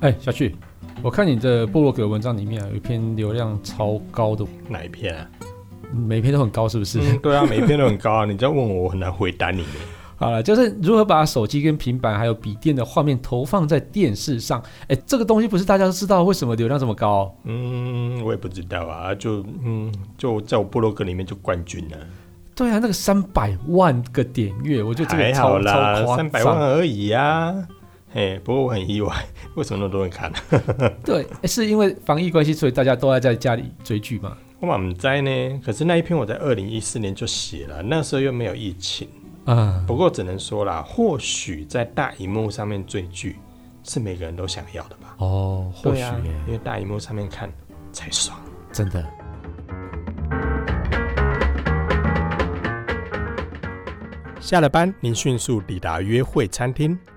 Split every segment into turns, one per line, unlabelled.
哎，小旭，我看你的部落格文章里面啊，有一篇流量超高的，
哪一篇啊？
每篇都很高，是不是？
嗯，对啊，每一篇都很高啊。你这样问我，我很难回答你。
好了，就是如何把手机跟平板还有笔电的画面投放在电视上。哎，这个东西不是大家都知道为什么流量这么高？
嗯，我也不知道啊，就嗯，就在我部落格里面就冠军了、
对啊，那个三百万个点阅，我觉得这个
还
超
好
超
啦，
夸张。
三百万而已啊。哎，不过我很意外， 为什么那么多人看、啊？
对，哎是因为防疫关系，所以大家都爱在家里追剧嘛。
我满不在呢。可是那一篇我在二零一四年就写了，那时候又没有疫情。
啊，
不过只能说啦，或许在大荧幕上面追剧是每个人都想要的吧。
哦，或许
对啊
耶、
因为大荧幕上面看才爽。
真的。
下了班，您迅速抵达约会餐厅，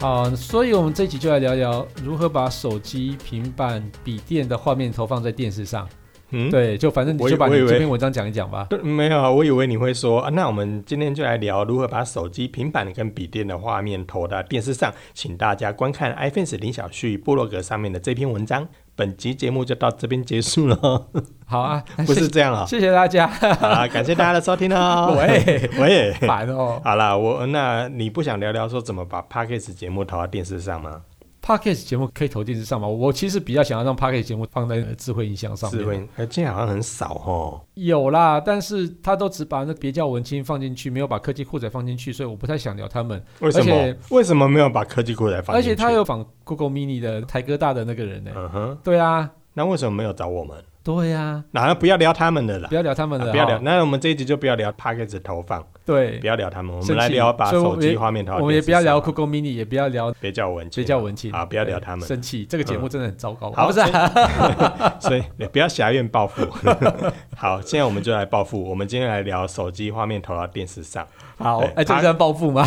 好，所以我们这一集就来聊聊如何把手机、平板、笔电的画面投放在电视上。
嗯，
对，就反正你
我以
就把你
我以为
这篇文章讲一讲吧。
对，没有啊，我以为你会说啊，那我们今天就来聊如何把手机、平板跟笔电的画面投到电视上，请大家观看 iPhone 10林小旭部落格上面的这篇文章。本集节目就到这边结 束了哦，
好啊，
不是这样 啊、
谢谢大家。
好啦，感谢大家的收听哦。
喂，
喂，
烦哦。
好啦，我那你不想聊聊说怎么把 Podcast 节目投到电视上吗？
Podcast 节目可以投电视上吗？我其实比较想要让 Podcast 节目放在呃智慧音箱上面。
智慧，哎，今天好像很少哦。
有啦，但是他都只把那别叫文青放进去，没有把科技酷宅放进去，所以我不太想聊他们。
为什
而
么
且？
为什么没有把科技股来放
而
进去？
且他有仿 Google Mini 的台哥大的那个人呢、
嗯哼，
对啊，
那为什么没有找我们？
对啊，
那、不要聊他们的啦
不。要聊他们了、
啊不要聊，
哦。
那我们这一集就不要聊 p a c k a g e 投放，
对
不，要聊他们，我
生
们
气
来聊把
所以我
手
们
机画面投到
我们也
电视
不要聊
上吧
Google Mini，也不要聊
别叫我文青，
别叫文青
啊，不要聊他们嗯
对生气，这个节目真的很糟糕。
好
啊不是、啊，
所以你不要狭怨 报复。好，现在我们就来报复，我们今天来聊手机画面投到电视上，
好，
对
哎，这
他
个算报 复吗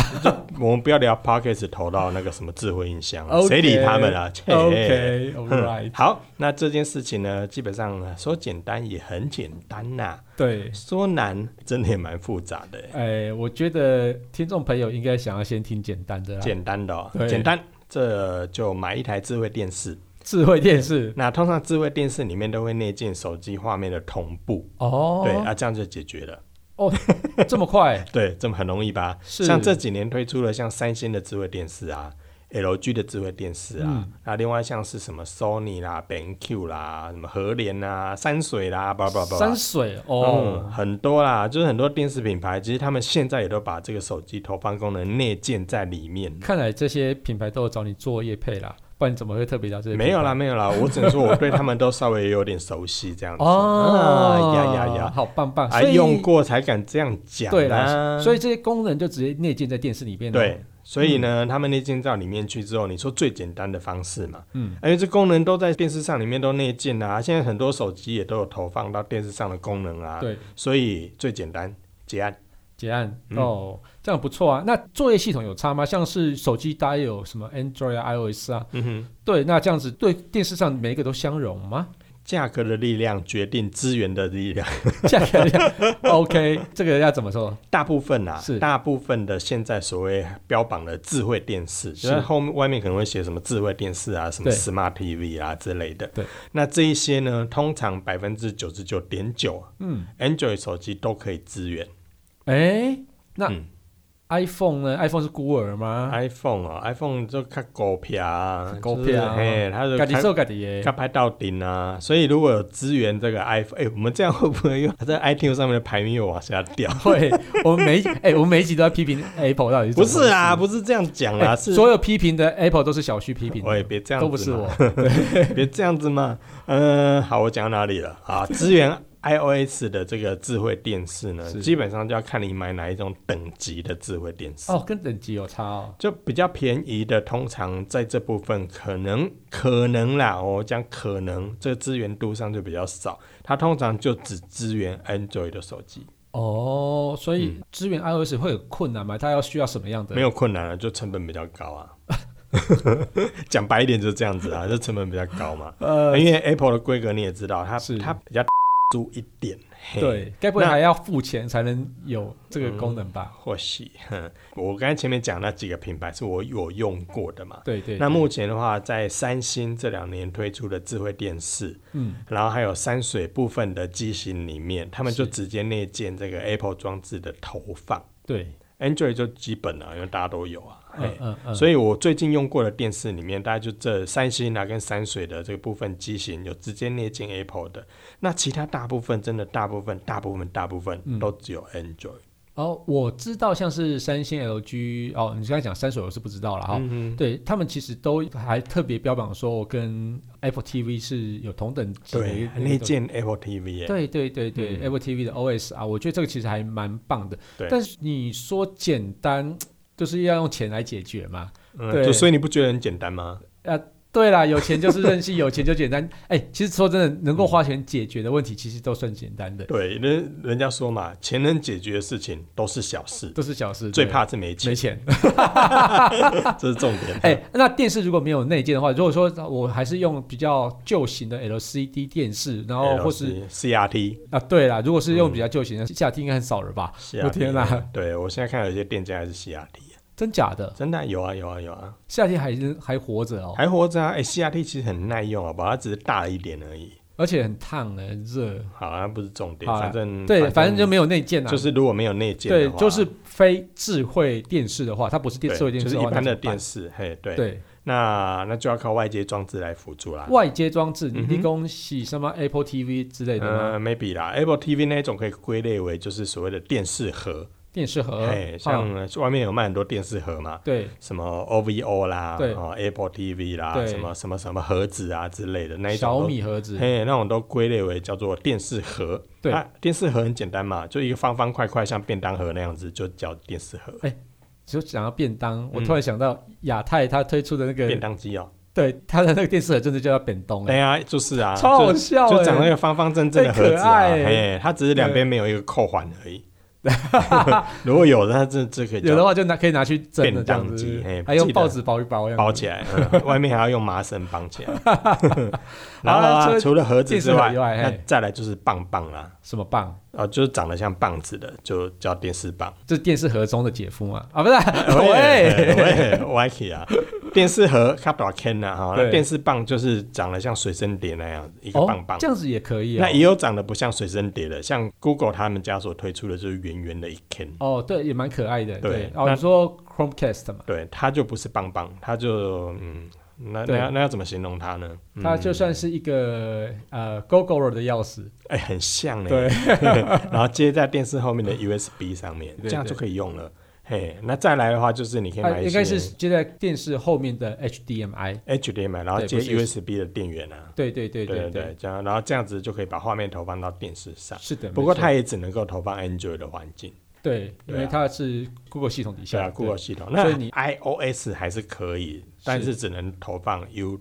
我们不要聊 p a c k a g e 投到那个什么智慧音箱，
OK
谁理他们啊切哼
？OK，All right，
好，那这件事情呢，基本上呢说简单也很简单呐、
对，
说难真的也蛮复杂的欸、
哎，我觉得听众朋友应该想要先听简单的啦，
简单的、哦，
对
简单，这就买一台智慧电视。
智慧电视
那通常智慧电视里面都会内建手机画面的同步，
哦，
对啊，这样就解决了。
这么 快，
对，这么很容易吧？
是
像这几年推出了像三星的智慧电视啊。LG 的智慧电视啊，
嗯
那、另外像是什么 Sony 啦、BenQ 啦、什么和联啦、山水啦，叭叭叭，
山水
嗯，
哦，
很多啦，就是很多电视品牌，其实他们现在也都把这个手机投放功能内建在里面。
看来这些品牌都有找你做业配啦，不然怎么会特别聊这些？
没有啦，，没有啦，我只能说我对他们都稍微有点熟悉这样 子。
哦，
啊呀呀呀，
好棒棒，
还
所以
用过才敢这样讲、啊。
对啦，所以嗯这些功能就直接内建在电视里面了。
对，所以呢，他们内建到里面去之后，你说最简单的方式嘛，哎
嗯，
因为这功能都在电视上里面都内建啦、现在很多手机也都有投放到电视上的功能啊。，
对，
所以最简单结案。
结案
嗯
哦，这样不错啊。那作业系统有差吗？像是手机大家有什么 Android 啊、iOS 啊？
嗯哼。
对，那这样子对电视上每一个都相容吗？
价格的力量决定资源的力量。
价格量 OK，这个要怎么说？
大部分啊，
是
大部分的现在所谓标榜的智慧电视，
是
就是后面外面可能会写什么智慧电视啊，什么
对
smart TV 啊之类的。
对，
那这一些呢，通常百分之九十九点九
嗯，
Android 手机都可以支援。
哎，那
嗯
iPhone 呢？iPhone 是孤儿吗？
iPhone 啊，iPhone 就看狗皮啊，
狗
就是
屁啊
嘿，它就
嘎迪
看
受嘎迪耶
它，拍到顶啊，所以如果有支援这个 iPhone，哎、我们这样会不会又在 iTunes 上面的排名又往下掉？
会，我们每一集哎，我们每一集都要批评 Apple 到底是怎
不
么回
是
事
啊，？不是这样讲啦，
哎
是
所有批评的 Apple 都是小旭批评的，
喂，别 这样子嘛，
都不是我
别这样子嘛。嗯、好，我讲到哪里了啊？支援 iOS 的这个智慧电视呢，
是
基本上就要看你买哪一种等级的智慧电视。
哦，跟等级有差哦。
就比较便宜的，通常在这部分可能可能啦，我讲可能这个资源度上就比较少，它通常就只支援 Android 的手机，
哦，所以支援 iOS 会有困难吗？它要需要什么样的？
嗯没有困难了，啊就成本比较高啊。 讲白一点就是这样子啊，这成本比较高嘛。
呃，
因为 Apple 的规格你也知道，它
是
它比较 租一点，嘿，
对，该不会
那嗯
还要付钱才能有这个功能吧？
或许，哼，我刚才前面讲那几个品牌是我有用过的嘛。
对对，
那目前的话，在三星这两年推出的智慧电视，
嗯，
然后还有山水部分的机型里面，他们就直接内建这个 Apple 装置的投放
对，
，Android 就基本了、因为大家都有
嗯
啊。嘿
嗯嗯，
所以我最近用过的电视里面，大概就这三星啊跟山水的这个部分机型有直接内建 Apple 的，那其他大部分真的大部分大部分大部
嗯
分都只有 Android。
哦，我知道像是三星、LG，哦，你刚才讲三水我是不知道了哈。
嗯
对他们其实都还特别标榜说，我跟 Apple TV 是有同等级的一
对
个，
内。建 Apple TV 耶、
对对对对、
嗯
a p p l e TV 的 OS 啊，我觉得这个其实还蛮棒的。
对
但是你说简单，就是要用钱来解决嘛？
嗯，
对
就所以你不觉得很简单吗？
对啦，有钱就是任性，有钱就简 单。哎、其实说真的，能够花钱解决的问题，其实都算简单的，
对，人人家说嘛，钱能解决的事情都是小事，
都是小事。
最
对
怕是没钱
没，钱。
这是重点。
哎、那电视如果没有内建的话，如果说我还是用比较旧型的 LCD 电视，然
哎
后或是
CRT，
啊，对啦，如果是用
嗯
比较旧型的，夏天应该很少了吧？
CRT
我天哪，
对我现在看有些店家还是 CRT，
真假的？
真的啊有啊有啊有啊，
夏天还是还活着哦，
还活着啊！哎、c r t 其实很耐用啊，把它只是大了一点而已。
而且很烫欸很热。
好，那不是重点，
好啦
嗯反正
对，反正就没有内建啊。
就是如果没有内建
对
的，话，
就是非智慧电视的话，它不是电
对
智慧电视
就是
话
一般的
那怎么办
电视，嘿，对，
对
那那就要靠外接装置来辅助啦。
外接装置，你
嗯哼
提供喜什么 Apple TV 之类的吗？
呃，maybe 啦，Apple TV 那一种可以归类为就是所谓的电视盒，
电视盒
哎，，
啊
像外面有卖很多电视盒嘛，
对
什么 OVO 啦，
对
哦，Apple TV 啦，
对
什么什么什么盒子啊之类的那一种
小
都，
米盒子，
嘿，那种都归类为叫做电视盒。
对
啊，电视盒很简单嘛，就一个方方块块，像便当盒那样子，就叫电视盒。
就讲到便当，我突然想到亚太它推出的那
嗯便
个，
当机哦，
对它的那个电视盒，真的叫做便当
对
哎，
啊，就是啊，
超好
就
笑
就长那
哎，
个方方正正的盒子
很可
啊，
爱欸
嘿，它只是两边没有一个扣环 而已。如果有，那这这可以
有的
叫
话就拿可以拿去蒸的
便
这样
当机
子
嘿，
还用
记得
报纸包一包，这样子
包起来，嗯外面还要用麻绳绑 起来。然后
好
啊
了，
除了盒子
电
之
视盒
外，
以外
那
嘿
再来就是棒棒啦。
什么棒？
哦，就是长得像棒子的，就叫电视棒。
这电视盒中的姐夫嘛？ 啊，不是，
喂哎
喂， 哦
喂，Wiki 啊，电视盒卡多 Ken 啊，哈，那
对
电视棒就是长得像随身碟那样一个棒棒
哦，。这样子也可以
那
啊。
也有长得不像随身碟的，像 Google 他们家所推出的就是圆圆的一 Ken，
哦，对，也蛮可爱的。
对
对，哦，
那
你说 Chromecast 嘛，
对，它就不是棒棒，它就嗯，那
对
那那要怎么形容它呢？嗯
它就算是一个呃 GoGo 的钥匙，
哎、很像呢。
对
然后接在电视后面的 USB 上面，
对
这样
对
就可以用了。嘿，那再来的话就是你可以
它
买一
应
些
该是接在电视后面的 HDMI。
HDMI，然后
对
接
不是
USB 的电源啊。
对对对
对
对
对对，，这样然后这样子就可以把画面投放到电视上。
是的。
不过
没错
它也只能够投放 Android 的环境，
对，因
对
为
啊
它是 Google 系统底
对
下
啊
的。
，Google 系统。
所
那
以你
iOS 还是可以，但是只能投放 YouTube。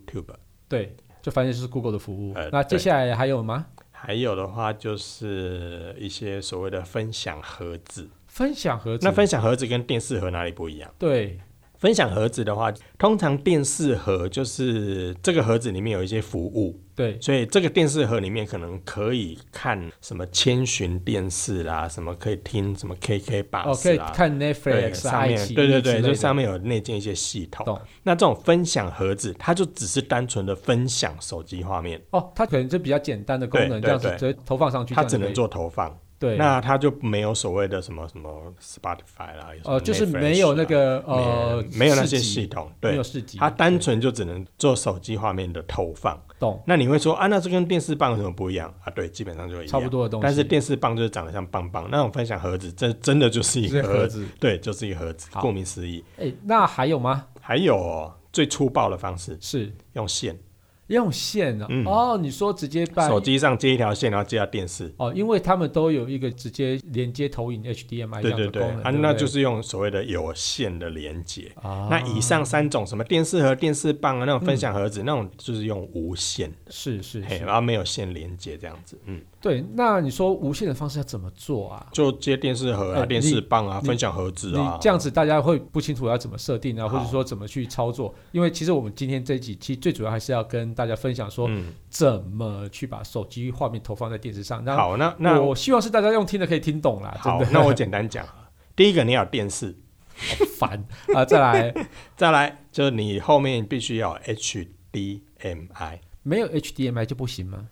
对对，就反正就是 Google 的服务
呃。
那接
对
下来还有吗？
还有的话就是一些所谓的分享盒子。
分享盒子。
那分享盒子跟电视盒哪里不一样？
对
分享盒子的话，通常电视盒就是这个盒子里面有一些服务，
对
所以这个电视盒里面可能可以看什么千寻电视啦，什么可以听什么 KK
哦，可
bus
以
啦，
看
啊对，
Netflix、啊
上
爱
面
奇艺
对
之
对对，
类
就
的
上面有内建一些系统
懂。
那这种分享盒子，它就只是单纯的分享手机画面，
哦，它可能就比较简单的功能，
对对
这样子
对
直接投放上去，
它
这样就
只
可
能
以
做投放。
对。
那它就没有所谓的什么什么 Spotify 啦，有什么
呃，就是没
Netflix
有那
啦
个
没
呃，
没有那
市
些
集
系统，
没
对
有，市集，
它单纯就只能做手机画面的投放。
懂
那你会说啊，那这跟电视棒有什么不一样啊？对，基本上就一样，
差不多的东西，
但是电视棒就是长得像棒棒，那种分享盒子，这真的就是一
是
个盒
盒
子，
子。
对，就是一个盒子，
好
顾名思义。
哎，那还有吗？
还有哦、最粗暴的方式，
是
用线，
用线啊、
嗯
哦，你说直接办
手机上接一条线，然后接到电视。
哦，因为他们都有一个直接连接投影 HDMI 这
对
样
对
的
对，
功能，
啊，
不
那就是用所谓的有线的连接。
啊，
那以上三种，什么电视盒、电视棒啊，那种分享盒
嗯
子，那种就是用无线，
是是
嘿，
是，
然后没有线连接这样子，嗯，
对。那你说无线的方式要怎么做啊？
就接电视盒啊、
哎
电视棒啊、
你
分享盒子
你
啊，
这样子大家会不清楚要怎么设定啊，或者
好
说怎么去操作？因为其实我们今天这几期最主要还是要跟大家分享说，
嗯，
怎么去把手机画面投放在电视上。那
好，那那
我希望是大家用听的可以听懂啦，真
好
的，
那我简单讲啊，第一个你要有电视，
好烦啊！再来，
再来就是你后面必须要有 HDMI。
没有 HDMI 就不行吗？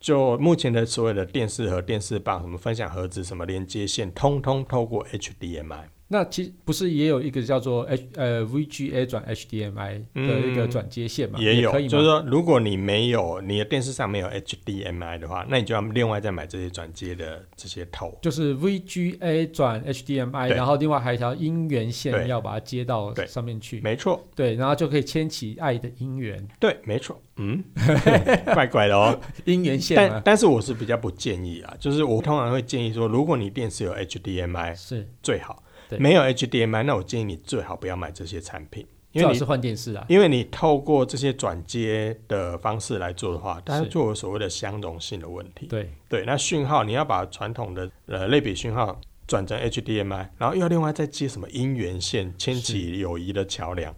就目前的所有的电视盒、电视棒、什么分享盒子、什么连接线，通通透过 HDMI。
那其实不是也有一个叫做 H 呃 VGA 转 HDMI 的一个
嗯
转接线嘛？
也有，
啊可以吗
就是说，如果你没有你的电视上没有 HDMI 的话，那你就要另外再买这些转接的这些头。
就是 VGA 转 HDMI，
对
然后另外还有一条姻缘线
对
要把它接到
对
上面去，
没错，
对，然后就可以牵起爱的姻缘，
对，没错，嗯， 怪怪的哦。
姻缘线啊
但
嘛，
但是我是比较不建议啊，就是我通常会建议说，如果你电视有 HDMI
是
最好
对，
没有 HDMI，那我建议你最好不要买这些产品，
最
因为
好
你
是换电视啊，
因为你透过这些转接的方式来做的话，它
是
就有所谓的相容性的问题。
对，
对，那讯号你要把传统的呃类比讯号转成 HDMI，然后又另外再接什么姻缘线，牵起友谊的桥梁，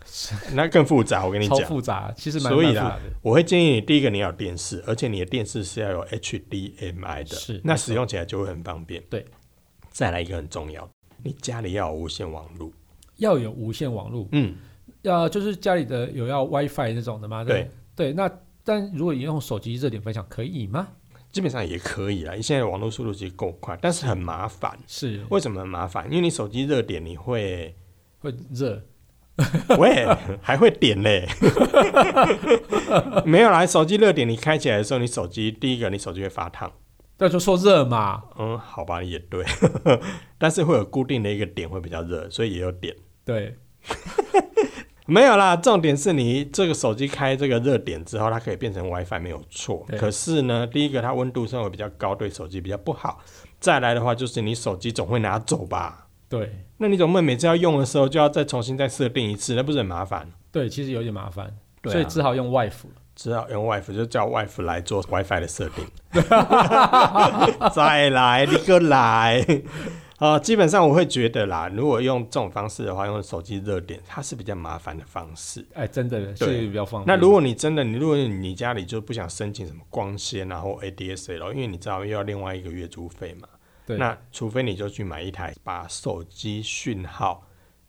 那更复杂。我跟你
超
讲，
复杂，其实蛮
所以
蛮复
啦
杂的，
我会建议你第一个你要有电视，而且你的电视是要有 HDMI 的，
是
那使用起来就会很方便。
对，
再来一个很重要的，你家里要有无线网络。
要有无线网络，
嗯，
要就是家里的有要 WiFi 那种的吗？
对
对，那但如果你用手机热点分享可以吗？
基本上也可以啦，现在网络速度其实够快，但是很麻烦。
是
为什么很麻烦？因为你手机热点你会，
会热，
喂，还会点嘞。 没有啦，手机热点你开起来的时候，你手机第一个你手机会发烫，
那就说热嘛，
嗯，好吧，也对， 但是会有固定的一个点会比较热，所以也有点。
对，
没有啦，重点是你这个手机开这个热点之后，它可以变成 WiFi 没有错
对。
可是呢，第一个它温度稍微比较高，对手机比较不好。再来的话，就是你手机总会拿走吧。
对
那你总不能每次要用的时候就要再重新再设定一次，那不是很麻烦？
对，其实有点麻烦，
对啊
所以只好用 Wife。
只好用 wife 就叫 wife 来做 WiFi 的设定， 再来你个来啊、基本上我会觉得啦，如果用这种方式的话，用手机热点，它是比较麻烦的方式。
哎，真的
对
是比较方
那
便。
如果你真的，你如果你家里就不想申请什么光纤啊或 ADSL，因为你知道又要另外一个月租费嘛，
对
那除非你就去买一台把手机讯号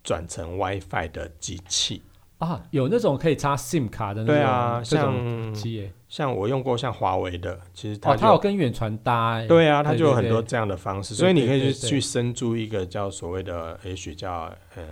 转成 WiFi 的机器。
啊，有那种可以插 SIM 卡的那种，
对啊，
嗯这种
像
机耶，
像我用过像华为的，其实它
哦，
就
它有跟远传搭哎，
对啊，它
对
就有很
对
多这样的方式，
对
所以你可
对
以去
对对
去深租一个叫所谓的，也许叫呃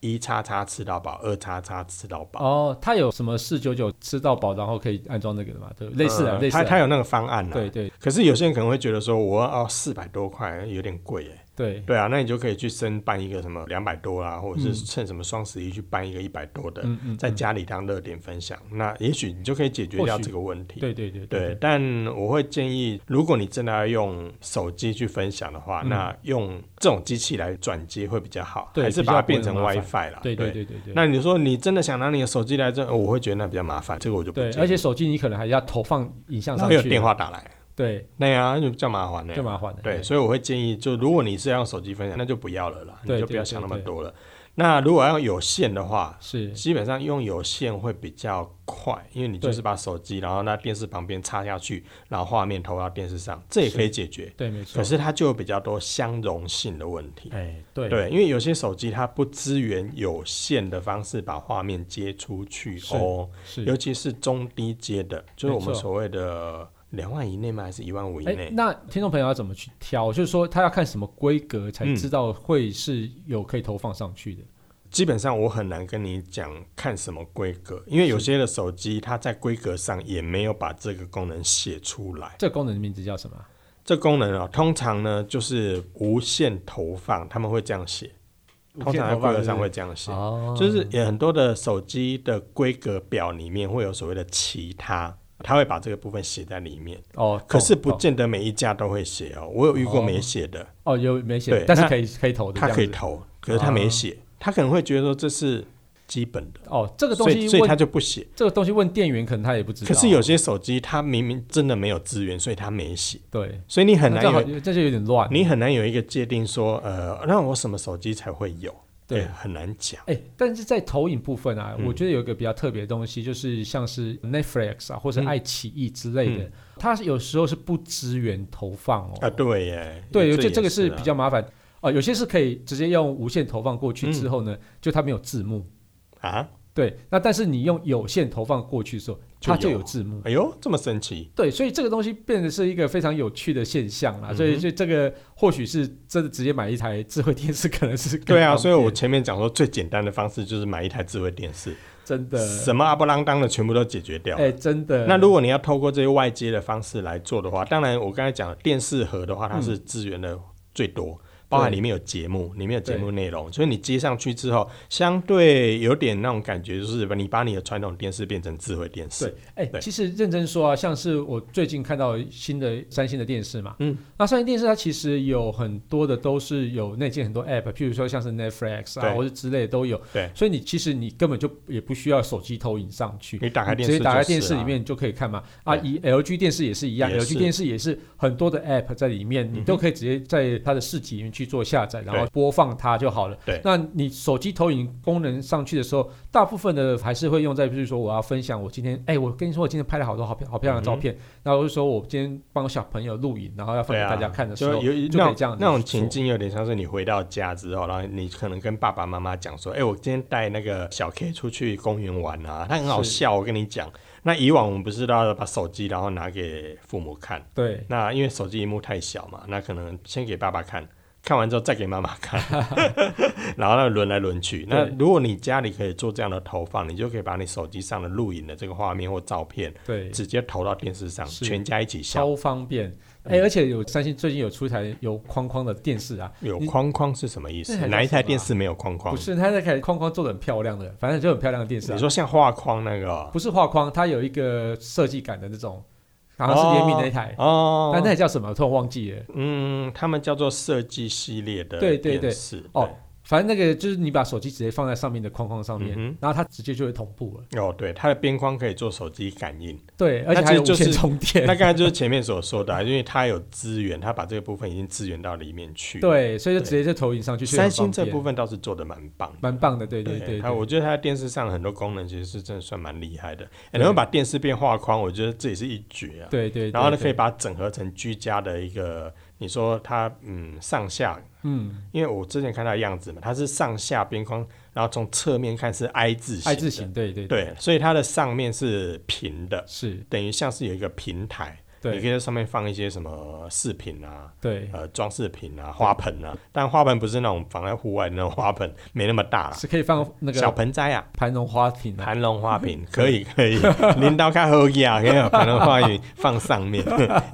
一叉叉吃到饱，二叉叉吃到饱，
哦，它有什么四九九吃到饱，然后可以安装那个的嘛，对，类似的，啊
呃
类似
它它
的，
有那个方案啦。啊
对。对
可是有些人可能会觉得说，我要四百多块有点贵耶。
对，
对啊，那你就可以去深办一个什么两百多啊，或者
嗯
是趁什么双十一去办一个一百多的，
嗯嗯，
在
嗯
家里当热点分享。那也许你就可以解决
或
掉
许
这个问题。
对对对
对，，但我会建议，如果你真的要用手机去分享的话，
嗯
那用这种机器来转接会比较好，
对
还是
比较
把它变成
不会那么
WiFi 啦。
对对对对对。
那你说你真的想拿你的手机来这，呃我会觉得那比较麻烦，这个我就不
对，
建议
而且手机你可能还要投放影像
然
上
后
去，
有电，话打来，
对，
那呀就比较麻烦了、
就麻烦了。
对，所以我会建议，就如果你是要用手机分享，那就不要了啦，
对
你就不要
对
想那
对
么
对
多了。那如果要有线的话，
是
基本上用有线会比较快，因为你就
对
是把手机，然后那电视旁边插下去，然后画面投到电视上，这也可以解决。
对，没错。
可，是它就有比较多相容性的问题。
哎，对
对，因为有些手机它不支援有线的方式把画面接出去
是
哦，
是
尤其是中低阶的，就是我
没
们
错
所谓的两万以内吗？还是一万五以
哎，
内？
那听众朋友要怎么去挑？就是说他要看什么规格才
嗯
知道会是有可以投放上去的。
基本上我很难跟你讲看什么规格，因为有些的手机它在规格上也没有把这个功能写出来。
这个功能的名字叫什么？
哦这功能啊，通常呢就是无线投放，他们会这样写，通常在规格上会
无线投放是
这样写。
哦
就是也很多的手机的规格表里面会有所谓的其他，它会把这个部分写在里面，
哦，
可是
懂
不
懂
见得每一家都会写哦。我有遇过没写的，
哦有没写
对，
但是
那
可以可以投的，
他可以。投，可是他
啊
没写，他可能会觉得说这是基本的，
哦，这个东
所
西
以所以他
问
就不写。
这个东西问店员，可能他也不知道。
可是有些手机它明明真的没有资源，所以它没写，
对，
所以你很
那
难
这好
有
这就有点乱。
你很难有一个界定说，呃，那我什么手机才会有？
对
哎很难讲。
哎，但是在投影部分啊，
嗯
我觉得有一个比较特别的东西，就是像是 Netflix 啊，或是
嗯
爱奇艺之类的，它是有时候是不支援投放哦。
啊，对耶，
对，
也
就这个
也
是
啊
比较麻烦哦。有些是可以直接用无线投放过去
嗯
之后呢，就它没有字幕。
啊，
对，那但是你用有线投放过去的时候，它
就
就
有
有字幕。
哎呦，这么神奇，
对，所以这个东西变得是一个非常有趣的现象啦。
嗯哼
所以，所以这个或许是真的直接买一台智慧电视，可能是更
对
方
啊，
便
所以我前面讲说最简单的方式就是买一台智慧电视，
真的
什么阿不啷当的全部都解决掉。
哎、真的。
那如果你要透过这些外接的方式来做的话，当然我刚才讲的电视盒的话，它是资源的最多，包含里面有节目，里面有节目内容，所以你接上去之后，相对有点那种感觉，就是你把你的传统电视变成智慧电视
对。，哎、
对
其实认真说啊，像是我最近看到新的三星的电视嘛，
嗯，
那三星电视它其实有很多的都是有内建很多 app，譬如说像是 Netflix 啊，
对
或者之类的都有，
对
所以你其实你根本就也不需要手机投影上去，
你打开电
直
视、
嗯接打开电视里，面你就可以看嘛。啊，
对
以 LG 电视也是一样
也是
，LG 电视也是很多的 App 在里面，你
嗯哼
都可以直接在它的市集里面去做下载，然后
对
播放它就好了。
对
那你手机投影功能上去的时候，大部分的还是会用在，比如说我要分享我今天，哎，我跟你说我今天拍了好多好漂好漂亮的照
嗯
片，然后我就说我今天帮小朋友录影，然后要分
对
给
啊，
大家看的时
就
候，
有
就可
那种
以这样子
那种
去做
情境，有点像是你回到家之后，然后你可能跟爸爸妈妈讲说：“哎、我今天带那个小 K 出去公园玩啊，他很好
是
笑。”我跟你讲，那以往我们不是都要把手机然后拿给父母看，
对。
那因为手机荧幕太小嘛，那可能先给爸爸看。看完之后再给妈妈看， 然后那轮来轮去。那
对
如果你家里可以做这样的投放，你就可以把你手机上的录影的这个画面或照片
对，
直接投到电视上，
是
全家一起笑。
超方便。
嗯
哎、而且有三星最近有出一台有框框的电视啊，
有
你
框框是什么意
那
思
台？叫
哪一
什么
台
啊
电视没有框框
不？是，它那台框框做的很漂亮的，反正就很漂亮的电视、啊。
你说像画框那个哦
不是画框，它有一个设计感的那种，好像是联名的一台，
哦
但那台叫什么？我突然忘记了。
嗯，他们叫做设计系列的
对对对
电视
哦反正那个就是你把手机直接放在上面的框框上面，
嗯哼
然后它直接就会同步了。
对哦，对，它的边框可以做手机感应。
对，而且
那
还有
其实
无
就是
线充电。
那刚才就是前面所说的啊，因为它有资源，它把这个部分已经资源到里面去。，
对，所以就直接就投影上去。所以
三
很
星
方
这
便
部分倒是做的蛮棒的。
蛮棒的，对对对
对
对
它，我觉得它电视上很多功能其实是真的算蛮厉害的，哎
对
能够把电视变画框，我觉得这也是一绝啊。
对对。
然后呢，
呢
可以把它整合成居家的一个，你说它嗯上下，
嗯，
因为我之前看到的样子嘛，它是上下边框，然后从侧面看是 I 字形，
爱字，型，对对，
对，所以它的上面是平的，
是，
等于像是有一个平台，你可
对
以在上面放一些什么饰品
嗯
啊。
对，
呃，装饰品啊，花盆啊，但花盆不是那种放在户外的那种花 盆，没那么大啦，
是可以放那
啊小
个
盆栽啊，
盘龙花瓶啊，
盘龙 花瓶可以可以，拎到看后啊，可以把盘龙花瓶放 上面，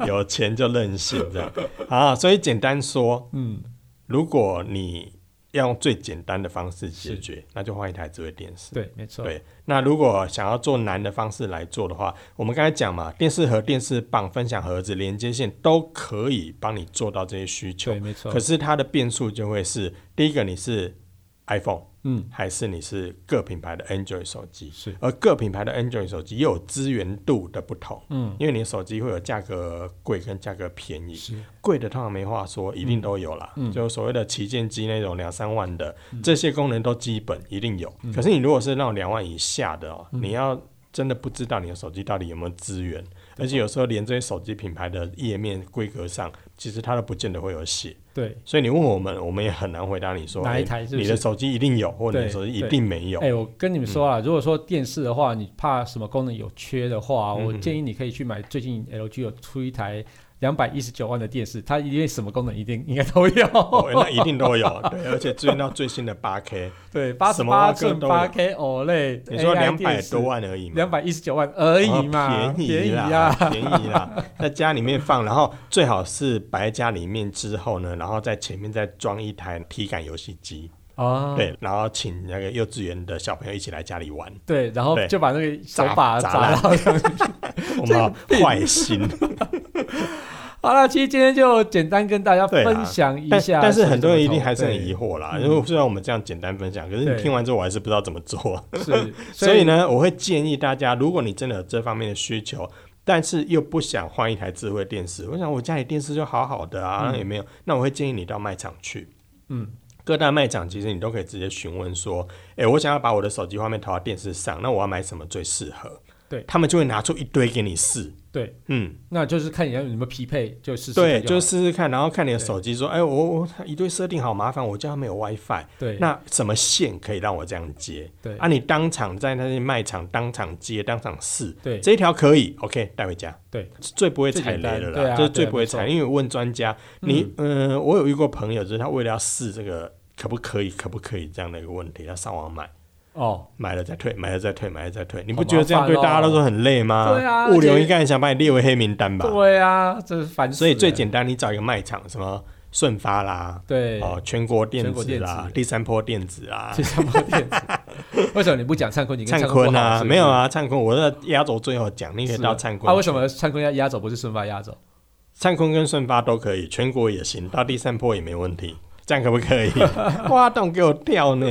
有钱就任性这样啊。所以简单说，
嗯，
如果你要用最简单的方式解决，那就换一台智慧电视。
对，没错，
对那如果想要做难的方式来做的话，我们刚才讲嘛，电视盒、电视棒、分享盒子、连接线都可以帮你做到这些需求
对，。没错
可，是它的变数就会是，第一个你是 iPhone，
嗯，
还是你是各品牌的 Android 手机，
是
而各品牌的 Android 手机又有资源度的不同，
嗯，
因为你的手机会有价格贵跟价格便宜，
是，
贵的通常没话说，一定都有啦，
嗯
就所谓的旗舰机那种两三万的，这些功能都基本一定有。
嗯
可是你如果是那种两万以下的哦，你要真的不知道你的手机到底有没有资源，
嗯
而且有时候连这些手机品牌的页面规格上，其实它都不见得会有写。
对，
所以你问我们，我们也很难回答你说
哪一
哎
台是不是
你的手机一定有，或者你的手机一定没有嗯
哎、。我跟你们说啊，如果说电视的话，你怕什么功能有缺的话，
嗯
我
嗯
建议你可以去买最近 LG 有出一台两百一十九万的电视，它因为什么功能一定应该都有。
哦，那一定都有，对，而且追到最新的八 K，
对，八十
什
八
么歌
寸
都有
八 K E OLED，
你说
AI
两百
哎电视
多，万而已嘛，
两百一十九万而已嘛，
哦便宜啦
啊，，
便宜啦， 在家里面放，然后最好是摆在家里面之后呢，然后在前面再装一台体感游戏机。
啊，
对，然后请那个幼稚园的小朋友一起来家 里玩，
对，然后
对
就把那个手
砸
把
砸
砸
烂
到上 去。
我们好 坏心。
好了，其实今天就简单跟大家
对啊
分享 一
但
下
但是
手
很
指
多人一
头
定还是很
对
疑惑啦，
嗯
因为虽然我们这样简单分享，可是
对
你听完之后我还是不知道怎么做。
是，
所以呢，我会建议大家，如果你真的有这方面的需求，但是又不想换一台智慧电视，我想我家里电视就好好的啊，
嗯
那也没有，那我会建议你到卖场去。
嗯，
各大卖场其实你都可以直接询问说，诶，我想要把我的手机画面投到电视上，那我要买什么最适合？
对
他们就会拿出一堆给你试。
对，
嗯，
那就是看你要有没有匹配，就试试
对，
看
就
好
试试看，然后看你的
对
手机说，哎，我我一堆设定好麻烦，我家没有 WiFi，
对
那什么线可以让我这样接？
对
啊，你当场在那些卖场当场接，当场试，
对
这一条可以，OK，带回家。
对，
最不会踩雷
最
的
简单对
啦，
啊
这是最
对啊
不会
没
踩，
错
因为我问专家，你，嗯，我有遇过朋友，就是他为了要试这个可不可以，可不可以这样的一个问题，他上网买。
哦，
买了再退，买了再退，买了再退，你
好
不觉得这样
麻烦
对大家
哦
都说很累吗？
对啊
物
而
流
且
应该很想把你列为黑名单吧？
对啊，这是烦死
所以最
了
简单，你找一个卖场，什么顺发啦，
对
哦，全国电
全国
子
电
啦
子，
第三波电子啊
去，上波电子， 为什么你不讲灿坤？你跟
灿
灿坤
坤
不好
啊，
是不
没有
是，
啊，灿坤，我在压轴最后讲，你可以
是
到灿坤。
啊？为什？么灿坤要压走，不是顺发压走？
灿坤跟顺发都可以，全国也行，到第三波也没问题。这样可不 可以？挖洞给我跳呢！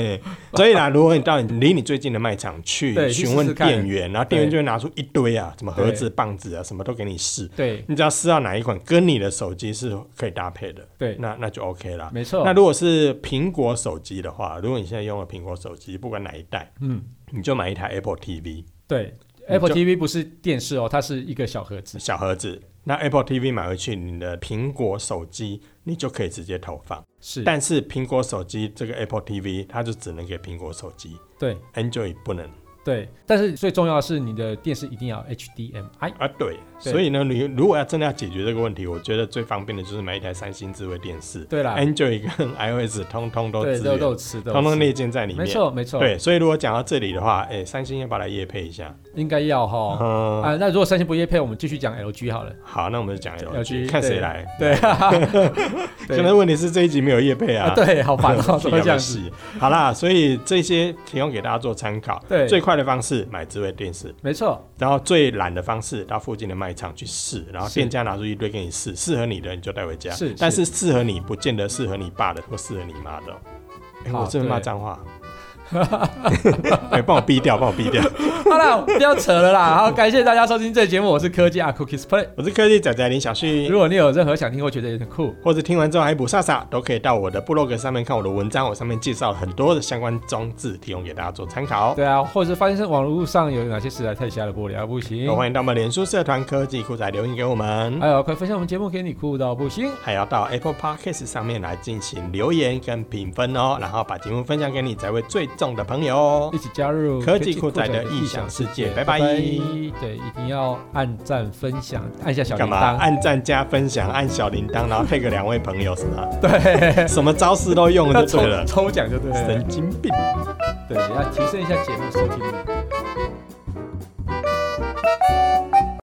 所以啦，如果你到你离你最近的卖场去
对
询问
去试试看
店员，然后店员
对
就会拿出一堆啊，什么盒
对
子、棒子啊，什么都给你试。
对
你只要试到哪一款跟你的手机是可以搭配的，
对，
那那就 OK 啦。
没错
那，如果是苹果手机的话，如果你现在用了苹果手机，不管哪一代，
嗯，
你就买一台 Apple TV
对。
就
Apple TV 不是电视哦，它是一个小盒子。
小盒子。那 Apple TV 买回去，你的苹果手机你就可以直接投放。
是，
但是苹果手机这个 Apple TV 它就只能给苹果手机
对
，Android 不能
对。但是最重要的是，你的电视一定要 HDMI。
啊。对，
对
所以呢，你如果要真的要解决这个问题，我觉得最方便的就是买一台三星智慧电视
对啦，
，Android 跟 iOS 通通都
啊对，
支
都
援
有，都有吃的，
通通内建在里
没
面。
错没错，
对，所以如果讲到这里的话，哎、三星要不要来夜配一下？
应该要哈。
嗯，
啊，那如果三星不业配，我们继续讲 LG 好了。
好，那我们就讲 LG，
LG
看谁来。
对，
可能问题是这一集没有叶配啊
啊，。对，好烦 哦，怎么
比
会这
较
样子？
细。好啦，所以这些提供给大家做参考。
对
最快的方式买智慧电视，
没错，
然后最懒的方式到附近的卖场去试，然后
是
店家拿出一堆给你试，适合你的你就带回家。
是
但是适合你不见得适合你爸的或适合你妈的哦。哎，
好
我这边骂
对
脏话。哎，帮我逼掉，帮我 逼掉。
好了，不要扯了啦。 好，感谢大家收听这节目，我是科技阿 Cookies Play。
我是科技仔仔林小旭
如。果你有任何想听或觉得有点酷，
或者听完之后还补飒飒，都可以到我的部落格上面看我的文章，我上面介绍了很多的相关装置，提供给大家做参考。哦
对啊，或者是发现网络上有哪些实在太瞎了，不聊不行
也，欢迎到我们脸书社团科技酷仔留言给我们，
还有快分享我们节目给你酷到不行。
还要到 Apple Podcast 上面来进行留言跟评分哦，然后把节目分享给你才会最重的朋友哦
一。起加入
科技酷宅的异想世界拜拜
对，一定要按赞、分享，按下小铃
干嘛？
铛。
按赞加分享，按小铃铛，然后配个两位朋友是吗？
对，
什么招式都用
要
就对
抽
了，
抽奖就对了
神。经病。
对，要提升一下节目收听率。